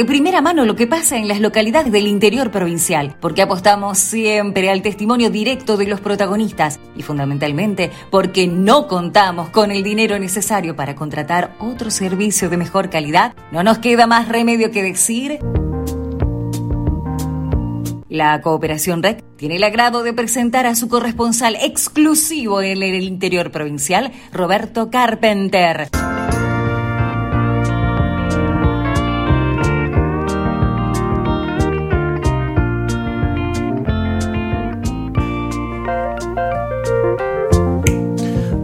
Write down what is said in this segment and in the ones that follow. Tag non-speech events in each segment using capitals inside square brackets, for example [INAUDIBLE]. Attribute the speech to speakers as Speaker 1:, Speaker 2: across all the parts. Speaker 1: De primera mano lo que pasa en las localidades del interior provincial, porque apostamos siempre al testimonio directo de los protagonistas y fundamentalmente porque no contamos con el dinero necesario para contratar otro servicio de mejor calidad, no nos queda más remedio que decir... La Cooperación REC tiene el agrado de presentar a su corresponsal exclusivo en el interior provincial, Roberto Carpenter.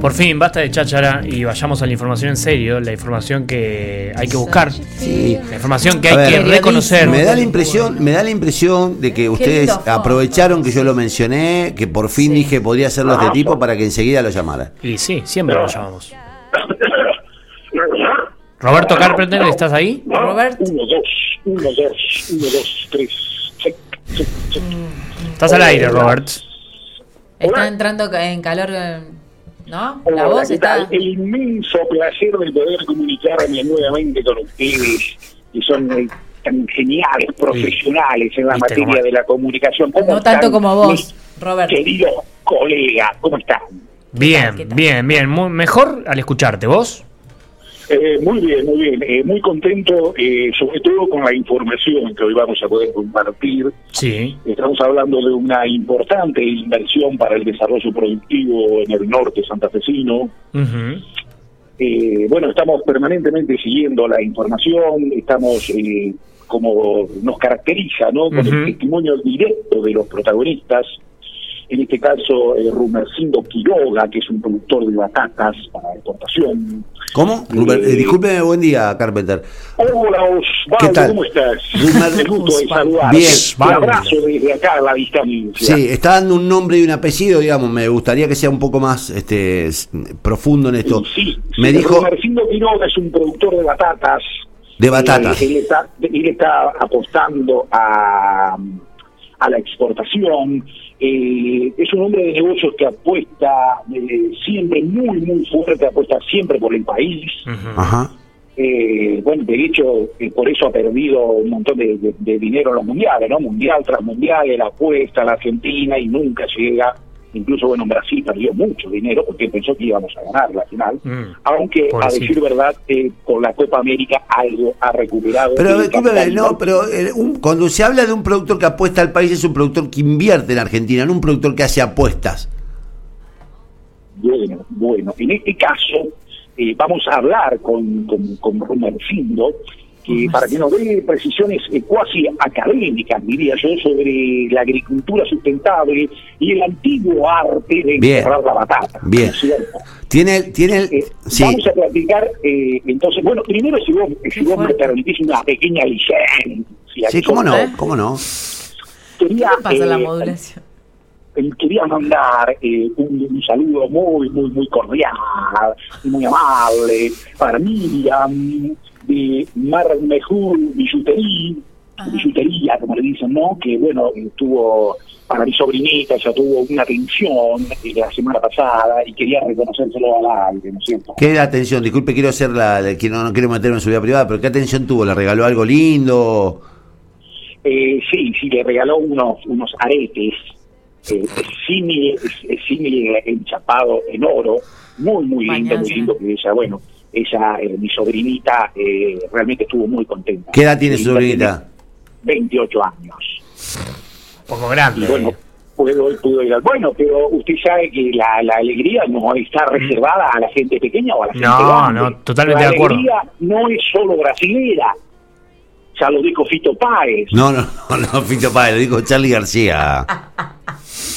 Speaker 2: Por fin, basta de cháchara y vayamos a la información en serio, la información que hay que buscar,
Speaker 3: Sí.
Speaker 2: la información que
Speaker 3: A
Speaker 2: hay
Speaker 3: ver,
Speaker 2: que reconocer.
Speaker 3: Me da la impresión, me da la impresión de que ustedes
Speaker 4: lindo fondo.
Speaker 3: aprovecharon que yo lo mencioné, que por fin dije podría hacerlo
Speaker 5: Ah.
Speaker 3: este tipo para que enseguida lo llamara.
Speaker 2: Y sí, siempre lo llamamos. Roberto Carpenter, ¿estás ahí?
Speaker 4: Robert.
Speaker 5: Uno, dos, uno, dos, uno, dos, tres. Check, check, check.
Speaker 2: Estás al aire, Robert.
Speaker 4: Está
Speaker 5: Hola.
Speaker 4: entrando ca- en calor, eh, ¿no? La
Speaker 5: Hola,
Speaker 4: voz
Speaker 5: ¿qué
Speaker 4: está...
Speaker 5: tal? El inmenso placer de poder comunicarme nuevamente con ustedes, que son eh, tan geniales, profesionales en la
Speaker 2: Viste cómo
Speaker 5: materia
Speaker 2: es.
Speaker 5: de la comunicación. ¿Cómo
Speaker 4: No
Speaker 5: están
Speaker 4: tanto como vos,
Speaker 5: mis
Speaker 4: Robert.
Speaker 5: Queridos colegas, ¿cómo están?
Speaker 4: tal, qué
Speaker 2: Bien,
Speaker 4: tal?
Speaker 2: bien, bien. Mu- mejor al escucharte, ¿vos?
Speaker 5: Eh, muy bien, muy bien. Eh, muy contento, eh, sobre todo con la información que hoy vamos a poder compartir.
Speaker 2: Sí.
Speaker 5: Estamos hablando de una importante inversión para el desarrollo productivo en el norte santafesino.
Speaker 2: Ujú.
Speaker 5: Eh, bueno, estamos permanentemente siguiendo la información, estamos, eh, como nos caracteriza, ¿no? Con
Speaker 2: Ujú.
Speaker 5: el testimonio directo de los protagonistas. En este caso, eh, Rumercindo Quiroga, que es un productor de batatas para exportación.
Speaker 3: ¿Cómo? Ruber-
Speaker 5: Eh,
Speaker 3: eh, disculpe, buen día, Carpenter.
Speaker 5: Hola Osvaldo,
Speaker 3: ¿Qué tal?
Speaker 5: ¿cómo estás?
Speaker 3: Rumer-
Speaker 5: El gusto de
Speaker 3: Osvaldo.
Speaker 5: saludarte.
Speaker 3: Bien,
Speaker 5: Un
Speaker 2: Osvaldo.
Speaker 5: abrazo desde acá a la distancia.
Speaker 3: Sí, está dando un nombre y un apellido, digamos. Me gustaría que sea un poco más este, s- profundo en esto.
Speaker 5: Sí,
Speaker 3: Me
Speaker 5: sí,
Speaker 3: dijo
Speaker 5: Rumercindo Quiroga es un productor de batatas.
Speaker 3: de batatas.
Speaker 5: Eh, él, está, él está apostando a, a la exportación. Eh, es un hombre de negocios que apuesta eh, siempre muy, muy fuerte, apuesta siempre por el país.
Speaker 2: Ujú.
Speaker 3: Ajá.
Speaker 5: Eh, bueno, de hecho, eh, por eso ha perdido un montón de, de- de dinero en los mundiales, ¿no? Mundial tras mundial, él apuesta a la Argentina y nunca llega. Incluso, bueno, en Brasil perdió mucho dinero porque pensó que íbamos a ganar la final.
Speaker 2: Mm.
Speaker 5: Aunque,
Speaker 2: Pobrecito.
Speaker 5: a decir verdad, eh, con la Copa América algo ha recuperado.
Speaker 3: Pero,
Speaker 5: el
Speaker 3: discúlpeme,
Speaker 5: capital.
Speaker 3: no, pero eh, un- cuando se habla de un productor que apuesta al país, es un productor que invierte en Argentina, no un productor que hace apuestas.
Speaker 5: Bueno, bueno, en este caso eh, vamos a hablar con, con, con Rumercindo, que para que nos dé precisiones eh, cuasi académicas, diría yo, sobre la agricultura sustentable y el antiguo arte de
Speaker 3: Bien.
Speaker 5: enterrar la batata.
Speaker 3: Bien.
Speaker 5: ¿no es cierto?
Speaker 3: Tiene el. Tiene el
Speaker 5: Eh,
Speaker 3: sí.
Speaker 5: Vamos a platicar, eh, entonces, bueno, primero si vos, si vos me
Speaker 4: fuerte.
Speaker 5: permitís una pequeña licencia.
Speaker 3: Sí,
Speaker 5: yo
Speaker 3: cómo no,
Speaker 4: ¿eh?
Speaker 3: cómo no.
Speaker 5: Quería,
Speaker 4: ¿Qué pasa en la
Speaker 5: eh,
Speaker 4: modulación?
Speaker 5: Eh, quería mandar eh, un, un saludo muy, muy, muy cordial, muy amable para Miriam de Marmejur Billutería, billutería, como le dicen, ¿no? Que bueno, eh, tuvo, para mi sobrinita, ella tuvo una atención eh, la semana pasada y quería reconocérselo al aire, ¿no es cierto?
Speaker 3: ¿Qué atención? Disculpe, quiero hacer la. la- que no, no quiero meterme en su vida privada, pero ¿qué atención tuvo? ¿Le regaló algo lindo?
Speaker 5: Eh, sí, sí, le regaló unos, unos aretes, eh, símil eh, símil enchapado en oro, muy, muy lindo, muy
Speaker 4: Mañana.
Speaker 5: lindo, que ella, bueno, ella, eh, mi sobrinita, eh, realmente estuvo muy contenta.
Speaker 3: ¿Qué edad tiene su
Speaker 5: Mi hija
Speaker 3: sobrinita?
Speaker 5: tiene 28 años.
Speaker 2: Poco
Speaker 5: Y
Speaker 2: grande.
Speaker 5: bueno, puedo, puedo ir al- Bueno, pero usted sabe que la, la alegría no está reservada a la gente pequeña o a la gente
Speaker 2: Mm. No,
Speaker 5: grande.
Speaker 2: no, totalmente
Speaker 5: la
Speaker 2: de acuerdo.
Speaker 5: alegría no es solo brasilera, ya lo dijo Fito Páez.
Speaker 3: No, no, no, no, [LAUGHS] Fito Páez, lo dijo Charlie
Speaker 2: [LAUGHS]
Speaker 3: García.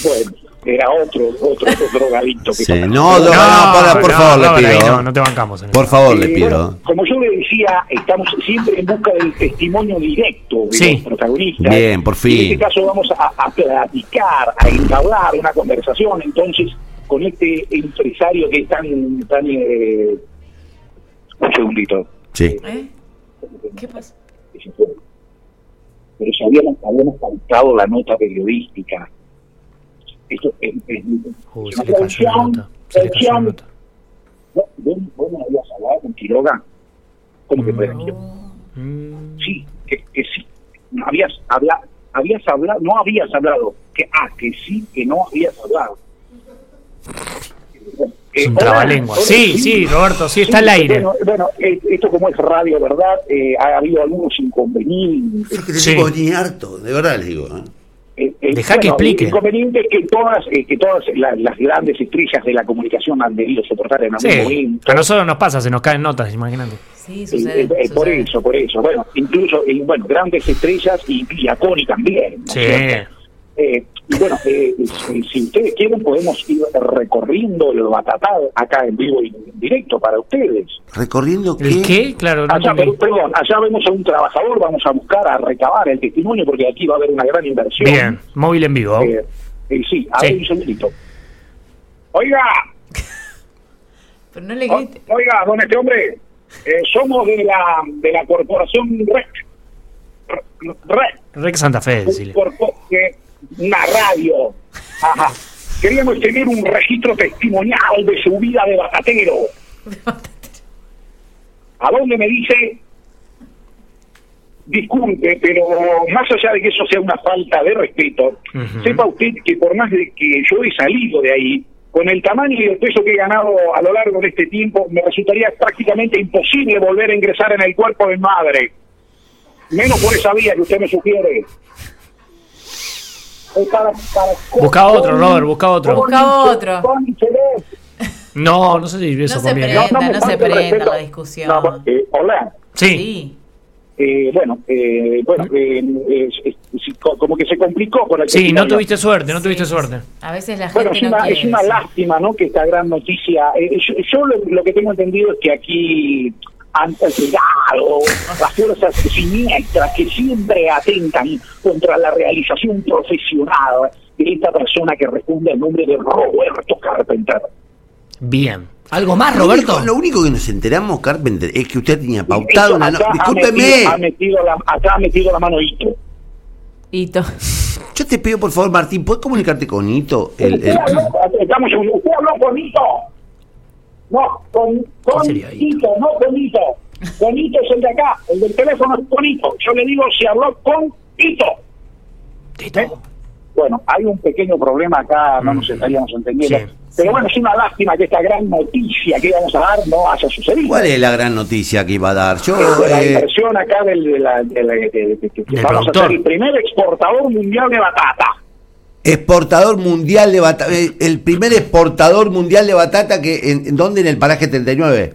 Speaker 5: Bueno, era otro, otro, otro drogadicto. Que
Speaker 3: Sí, no, no, no, por, por
Speaker 2: no,
Speaker 3: favor,
Speaker 2: no,
Speaker 3: le
Speaker 2: ahí
Speaker 3: pido.
Speaker 2: No, no te bancamos en
Speaker 3: Por
Speaker 2: eso.
Speaker 3: favor, le
Speaker 5: Eh,
Speaker 3: pido.
Speaker 5: bueno, como yo le decía, estamos siempre en busca del testimonio directo de
Speaker 2: Sí.
Speaker 5: los protagonistas.
Speaker 3: Bien, por fin.
Speaker 5: Y En este caso vamos a, a platicar, a entablar una conversación, entonces, con este empresario que es tan... tan eh, Un segundito.
Speaker 3: Sí.
Speaker 4: ¿Eh? ¿Qué pasa?
Speaker 5: que se fue. Pero ya habíamos, habíamos pautado la nota periodística. Esto es... es-
Speaker 2: Uy,
Speaker 5: es
Speaker 2: se
Speaker 5: una
Speaker 2: le cayó la
Speaker 5: traducción,
Speaker 2: nota. Se le cayó la
Speaker 5: traducción.
Speaker 2: nota.
Speaker 5: ¿No? ¿Vos, vos no habías hablado con Quiroga? ¿Cómo que no era Quiroga?
Speaker 2: Mm.
Speaker 5: Sí, que- habla, habías hablado, no habías hablado, que ah, que sí, que no habías hablado.
Speaker 2: Es
Speaker 5: Eh,
Speaker 2: un
Speaker 5: hola,
Speaker 2: trabalengua.
Speaker 5: hola,
Speaker 2: Sí, sí, Roberto, sí, está al aire.
Speaker 5: Bueno, bueno, eh, esto como es radio, ¿verdad? Eh, ha habido algunos inconvenientes.
Speaker 3: Es que te
Speaker 2: Sí.
Speaker 3: digo, ni harto, de verdad les digo. ¿eh?
Speaker 5: Eh, eh,
Speaker 2: Dejá que explique.
Speaker 5: El inconveniente es que todas, eh, que todas la- las grandes estrellas de la comunicación han debido soportar en algún
Speaker 2: Sí,
Speaker 5: momento.
Speaker 2: a nosotros nos pasa, se nos caen notas, imagínate.
Speaker 4: Sí,
Speaker 5: Eh,
Speaker 4: sucede.
Speaker 5: eh, eh, por
Speaker 4: sucede.
Speaker 5: eso, por eso. Bueno, incluso, eh, bueno, grandes estrellas y, y a Connie también. ¿no es
Speaker 2: Sí.
Speaker 5: cierto? Eh, y bueno, eh, si, si ustedes quieren podemos ir recorriendo el Batatá acá en vivo y en directo para ustedes.
Speaker 3: ¿Recorriendo
Speaker 2: ¿El qué? Claro, no
Speaker 5: Allá,
Speaker 2: entendí.
Speaker 5: per- perdón, allá vemos a un trabajador, vamos a buscar a recabar el testimonio porque aquí va a haber una gran inversión.
Speaker 2: Bien, móvil en vivo.
Speaker 5: Eh, eh, sí, a
Speaker 2: Sí.
Speaker 5: ver un segundito. Oiga,
Speaker 4: Pero no le
Speaker 5: o-
Speaker 4: grite.
Speaker 5: oiga, don este hombre, eh, somos de la, de la corporación REC. R- REC.
Speaker 2: Rex Santa Fe, decirle.
Speaker 5: por po- que una radio. Ajá. Queríamos tener un registro testimonial de su vida de batatero. ¿A dónde me dice? Disculpe, pero más allá de que eso sea una falta de respeto,
Speaker 2: Ujú.
Speaker 5: sepa usted que por más de que yo he salido de ahí, con el tamaño y el peso que he ganado a lo largo de este tiempo, me resultaría prácticamente imposible volver a ingresar en el cuerpo de madre. Menos por esa vía que usted me sugiere. Es para- para-
Speaker 2: Busca otro, Robert, busca otro.
Speaker 4: Busca otro.
Speaker 5: Con- con-
Speaker 2: No, no sé si eso
Speaker 4: No se
Speaker 2: conviene.
Speaker 4: prenda,
Speaker 5: me
Speaker 4: no
Speaker 5: falta
Speaker 4: se
Speaker 5: el
Speaker 4: prenda
Speaker 5: respeto.
Speaker 4: la discusión.
Speaker 5: No, eh, hola.
Speaker 2: Sí,
Speaker 4: Sí.
Speaker 5: Eh, bueno, eh, bueno eh, eh, eh, sí, co- como que se complicó con el
Speaker 2: sí, no
Speaker 5: testimonio.
Speaker 2: tuviste suerte, no tuviste
Speaker 4: Sí,
Speaker 2: suerte.
Speaker 4: A veces la
Speaker 5: Bueno,
Speaker 4: gente
Speaker 5: es
Speaker 4: no
Speaker 5: una,
Speaker 4: quiere.
Speaker 5: es una
Speaker 4: decir.
Speaker 5: lástima, ¿no? Que esta gran noticia. eh, yo yo lo, lo que tengo entendido es que aquí han llegado las fuerzas siniestras que siempre atentan contra la realización profesional de esta persona que responde al nombre de Roberto Carpenter.
Speaker 2: Bien. ¿Algo más,
Speaker 3: Lo único- Lo único que nos enteramos, Carpenter, es que usted tenía pautado
Speaker 5: Eso
Speaker 3: una no-
Speaker 5: acá ha metido- ha
Speaker 3: Discúlpeme.
Speaker 5: metido la- acá ha metido la mano Ito.
Speaker 4: Hito.
Speaker 3: Yo te pido, por favor, Martín, ¿puedes comunicarte con Ito? El-
Speaker 5: Usted
Speaker 3: el-
Speaker 5: habló- estamos en- usted habló con Ito. No, con, con
Speaker 2: sería Ito?
Speaker 5: Ito, no con Ito. Con Ito es el de acá, el del teléfono es con Ito. Yo le digo si habló con Ito. ¿Eh? Bueno, hay un pequeño problema acá,
Speaker 3: Mm.
Speaker 5: no nos estaríamos entendiendo.
Speaker 2: Sí.
Speaker 5: Pero bueno, es una lástima que esta gran noticia que íbamos a dar no haya sucedido.
Speaker 3: ¿Cuál es la gran noticia que iba a dar? Yo,
Speaker 5: De la
Speaker 3: eh,
Speaker 5: inversión acá del, de la- de la- de- de- de- que
Speaker 2: Del
Speaker 5: vamos
Speaker 2: productor.
Speaker 5: a ser el primer exportador mundial de batata.
Speaker 3: exportador mundial de batata, el primer exportador mundial de batata que en, en dónde en el paraje 39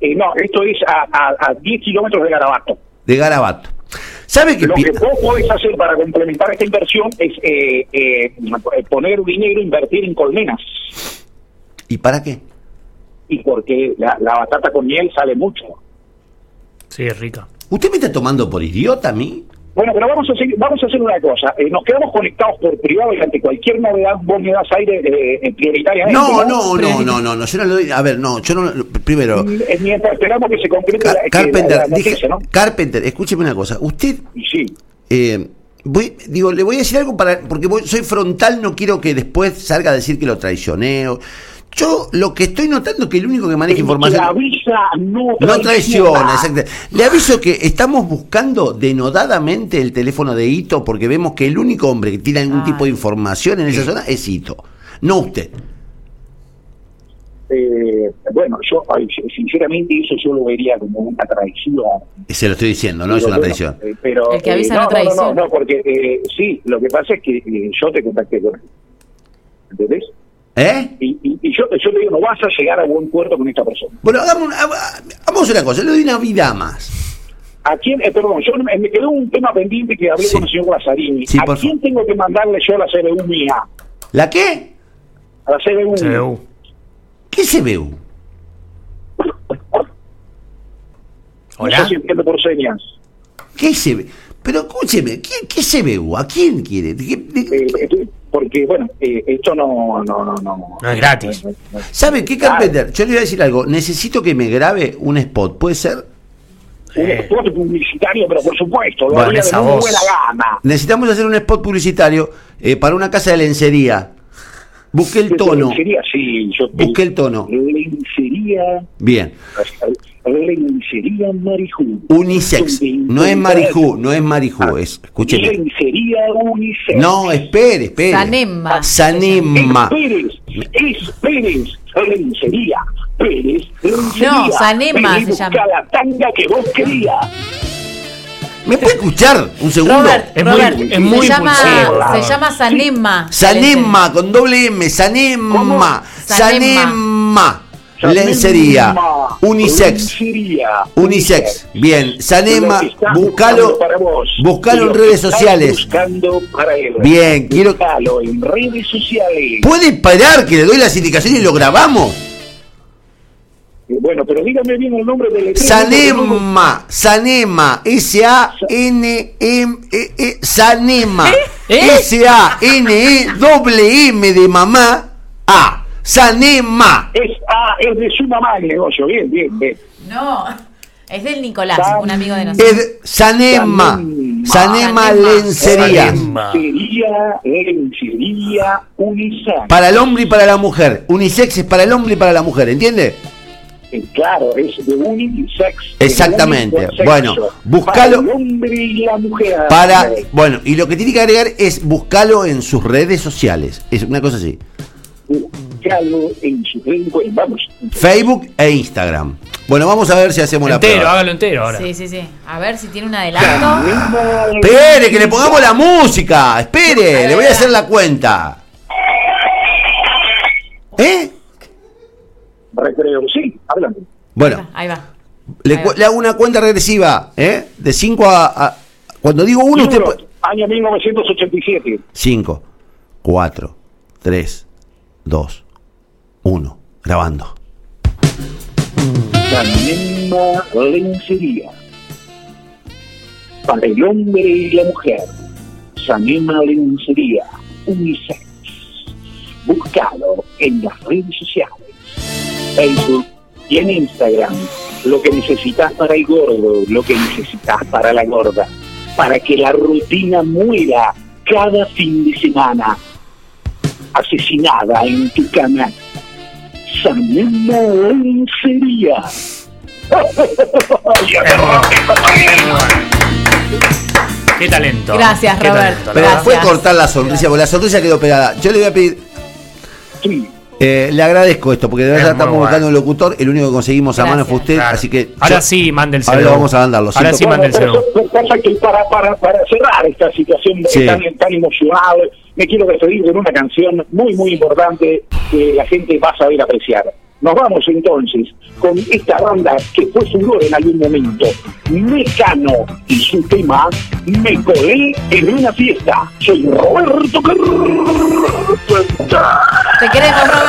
Speaker 5: Eh, no, esto es a, a- a 10 kilómetros de Garabato.
Speaker 3: de Garabato. ¿Sabe qué
Speaker 5: Lo
Speaker 3: pi-
Speaker 5: que vos podés hacer para complementar esta inversión es eh, eh, poner dinero, e invertir en colmenas.
Speaker 3: ¿Y para qué?
Speaker 5: Y porque la, la batata con miel sale mucho.
Speaker 2: Sí, es rica.
Speaker 3: ¿Usted me está tomando por idiota a mí?
Speaker 5: Bueno, pero vamos a hacer, vamos a hacer una cosa. Eh, nos quedamos conectados por privado y ante cualquier novedad vos me das aire eh, eh, prioritariamente.
Speaker 3: No, no, no, no, no, no, yo no le doy, a ver, no, yo no, lo- primero,
Speaker 5: Mm, eh, Mientras esperamos que se concrete
Speaker 3: Car-
Speaker 5: la, que la- la
Speaker 3: Carpenter, dije-
Speaker 5: noticia, ¿no?
Speaker 3: Carpenter, escúcheme una cosa, usted,
Speaker 5: Y sí.
Speaker 3: eh, voy- digo, le voy a decir algo para, porque voy- soy frontal, no quiero que después salga a decir que lo traicioneo. Yo lo que estoy notando es que el único que maneja
Speaker 5: El
Speaker 3: información...
Speaker 5: que avisa no
Speaker 3: No traiciona, exacto. Le aviso que estamos buscando denodadamente el teléfono de Ito porque vemos que el único hombre que tiene algún
Speaker 4: Ah.
Speaker 3: tipo de información en esa zona es Ito, no usted.
Speaker 5: Eh, bueno, yo ay, sinceramente eso yo lo vería como una traición.
Speaker 3: Se lo estoy diciendo, no es
Speaker 5: Digo,
Speaker 3: una
Speaker 5: bueno,
Speaker 3: traición.
Speaker 5: eh, pero,
Speaker 4: El que avisa no
Speaker 5: no, no, no,
Speaker 4: traiciona.
Speaker 5: no, porque eh, sí, lo que pasa es que eh, yo te contacté con él. ¿Entendés?
Speaker 3: ¿Eh?
Speaker 5: Y, y- y yo, yo te digo, no vas a llegar a buen puerto con esta persona.
Speaker 3: Bueno, hagamos una, haga- hagamos una cosa, le doy una vida más.
Speaker 5: ¿A quién? eh, perdón, yo me me quedó un tema pendiente que hablé
Speaker 3: Sí.
Speaker 5: con el señor Guasarini.
Speaker 3: Sí,
Speaker 5: ¿A
Speaker 3: por
Speaker 5: quién tengo que mandarle yo la CBU mía?
Speaker 3: ¿La qué?
Speaker 5: A la CBU.
Speaker 2: CBU.
Speaker 3: ¿Qué CBU?
Speaker 5: No
Speaker 2: Hola.
Speaker 5: sé si entiendo por señas.
Speaker 3: ¿Qué CBU? Pero escúcheme, ¿qué, qué CBU? ¿A quién quiere? ¿De qué- de-
Speaker 5: Eh, eh, porque, bueno, eh, esto no, no, no, no.
Speaker 2: No es gratis.
Speaker 3: ¿Sabe qué, Carpenter? Yo le voy a decir algo, necesito que me grabe un spot, ¿puede ser?
Speaker 5: Un
Speaker 2: Eh.
Speaker 5: spot publicitario, pero por supuesto, lo
Speaker 2: Bueno,
Speaker 5: haría de
Speaker 2: esa
Speaker 5: muy
Speaker 2: voz.
Speaker 5: buena gana.
Speaker 3: Necesitamos hacer un spot publicitario eh, para una casa de lencería. Busqué el tono.
Speaker 5: Lencería, sí. Yo,
Speaker 3: Busqué el tono.
Speaker 5: Lencería.
Speaker 3: Bien.
Speaker 5: lencería Marijú.
Speaker 3: Unisex. No es Marijú, no es
Speaker 5: Ah,
Speaker 3: Marijú. Es, escúcheme.
Speaker 5: Lencería unisex.
Speaker 3: No, espere, espere.
Speaker 4: Sanemba.
Speaker 3: Sanemba.
Speaker 5: Es Pérez, es Pérez, lencería. Pérez, lencería.
Speaker 4: No, Sanema
Speaker 5: Vení,
Speaker 4: se
Speaker 5: busca
Speaker 4: llama.
Speaker 5: la tanga que vos querías.
Speaker 3: ¿Me puede escuchar un segundo?
Speaker 4: Robert,
Speaker 2: Es muy-
Speaker 4: Robert,
Speaker 2: es muy
Speaker 4: se, llama,
Speaker 2: impulsivo,
Speaker 4: se
Speaker 2: Robert.
Speaker 4: llama Sanema.
Speaker 3: Sanemma, con doble M, Sanemma. Sanemma. Lencería.
Speaker 5: Sanemba,
Speaker 3: Unisex.
Speaker 5: Lencería.
Speaker 3: Unisex. Bien. Sanemma,
Speaker 5: Lo que estás
Speaker 3: buscalo.
Speaker 5: buscando para vos.
Speaker 3: Buscalo
Speaker 5: Lo
Speaker 3: en
Speaker 5: que
Speaker 3: redes
Speaker 5: estás
Speaker 3: sociales.
Speaker 5: Buscando para él.
Speaker 3: Bien, quiero.
Speaker 5: Buscalo en redes sociales.
Speaker 3: ¿Puede parar que le doy las indicaciones y lo grabamos?
Speaker 5: Eh, Bueno, pero dígame bien el nombre del equipo.
Speaker 3: Sanema, Sanema, S-A-N-M-E, E Sanema,
Speaker 2: ¿Eh?
Speaker 3: S-A-N-E-M E de mamá, A, Sanema,
Speaker 5: Es, ah, es de su mamá el negocio. Bien, bien, bien.
Speaker 4: No, es del Nicolás,
Speaker 5: San-
Speaker 4: un amigo de nosotros.
Speaker 3: Ed- Sanema, Sanema
Speaker 4: Sanema.
Speaker 3: Lencería,
Speaker 2: Sanemma.
Speaker 5: Sería, eh, lencería, unisex.
Speaker 3: para el hombre y para la mujer, unisex es para el hombre y para la mujer, ¿entiende?
Speaker 5: Eh, Claro, es de unisex.
Speaker 3: Exactamente.
Speaker 5: de unisex.
Speaker 3: Bueno, buscalo-
Speaker 5: Para el hombre y la mujer.
Speaker 3: Para,
Speaker 5: Eh,
Speaker 3: bueno, y lo que tiene que agregar es buscalo en sus redes sociales, es una cosa así,
Speaker 5: Buscalo en su Facebook. Vamos.
Speaker 3: Facebook e Instagram. Bueno, vamos a ver si hacemos la
Speaker 2: Entero,
Speaker 3: prueba.
Speaker 2: hágalo entero ahora.
Speaker 4: Sí, sí, sí. A ver si tiene un adelanto.
Speaker 3: Espere, que le pongamos la música. Espere, le voy a hacer la cuenta. ¿Eh?
Speaker 5: Recreo, sí, hablando.
Speaker 3: Bueno,
Speaker 4: Ahí va.
Speaker 3: le, cu- le hago una cuenta regresiva, ¿eh? De 5 a, a- Cuando digo 1, usted puede...
Speaker 5: Año 1987.
Speaker 3: 5, 4, 3, 2, 1. Grabando.
Speaker 5: La misma lencería. Para el hombre y la mujer. Sanema Lencería. Unisex. Búscalo en las redes sociales. Facebook y en Instagram. Lo que necesitas para el gordo, lo que necesitas para la gorda. Para que la rutina muera cada fin de semana. Asesinada en tu cama. Sanema [LAUGHS] Lencería.
Speaker 2: Qué talento.
Speaker 4: Gracias,
Speaker 2: Qué
Speaker 4: Robert.
Speaker 2: talento, la
Speaker 3: Pero
Speaker 2: verdad.
Speaker 4: Gracias.
Speaker 3: después cortar la sonrisa,
Speaker 4: Gracias.
Speaker 3: porque la sonrisa quedó pegada. Yo le voy a pedir...
Speaker 5: Sí.
Speaker 3: eh, le agradezco esto, porque de
Speaker 2: Es
Speaker 3: verdad
Speaker 2: muy
Speaker 3: estamos
Speaker 2: bueno.
Speaker 3: buscando un locutor. El único que conseguimos a mano fue
Speaker 4: Gracias.
Speaker 3: usted,
Speaker 2: Claro.
Speaker 3: así que...
Speaker 2: Ahora
Speaker 3: yo-
Speaker 2: sí, mande el
Speaker 3: Ahora
Speaker 2: celu.
Speaker 3: lo vamos a mandar, lo
Speaker 2: Ahora
Speaker 3: siento.
Speaker 2: sí, mande el celu.
Speaker 5: Bueno, por eso, por eso que para, para, para cerrar esta situación
Speaker 3: Sí.
Speaker 5: tan, tan emocional, me quiero despedir con una canción muy, muy importante que la gente va a saber apreciar. Nos vamos entonces con esta banda que fue furor en algún momento, Mecano y su tema Me colé en una fiesta. Soy Roberto Carlos.
Speaker 4: Te queremos, Robert.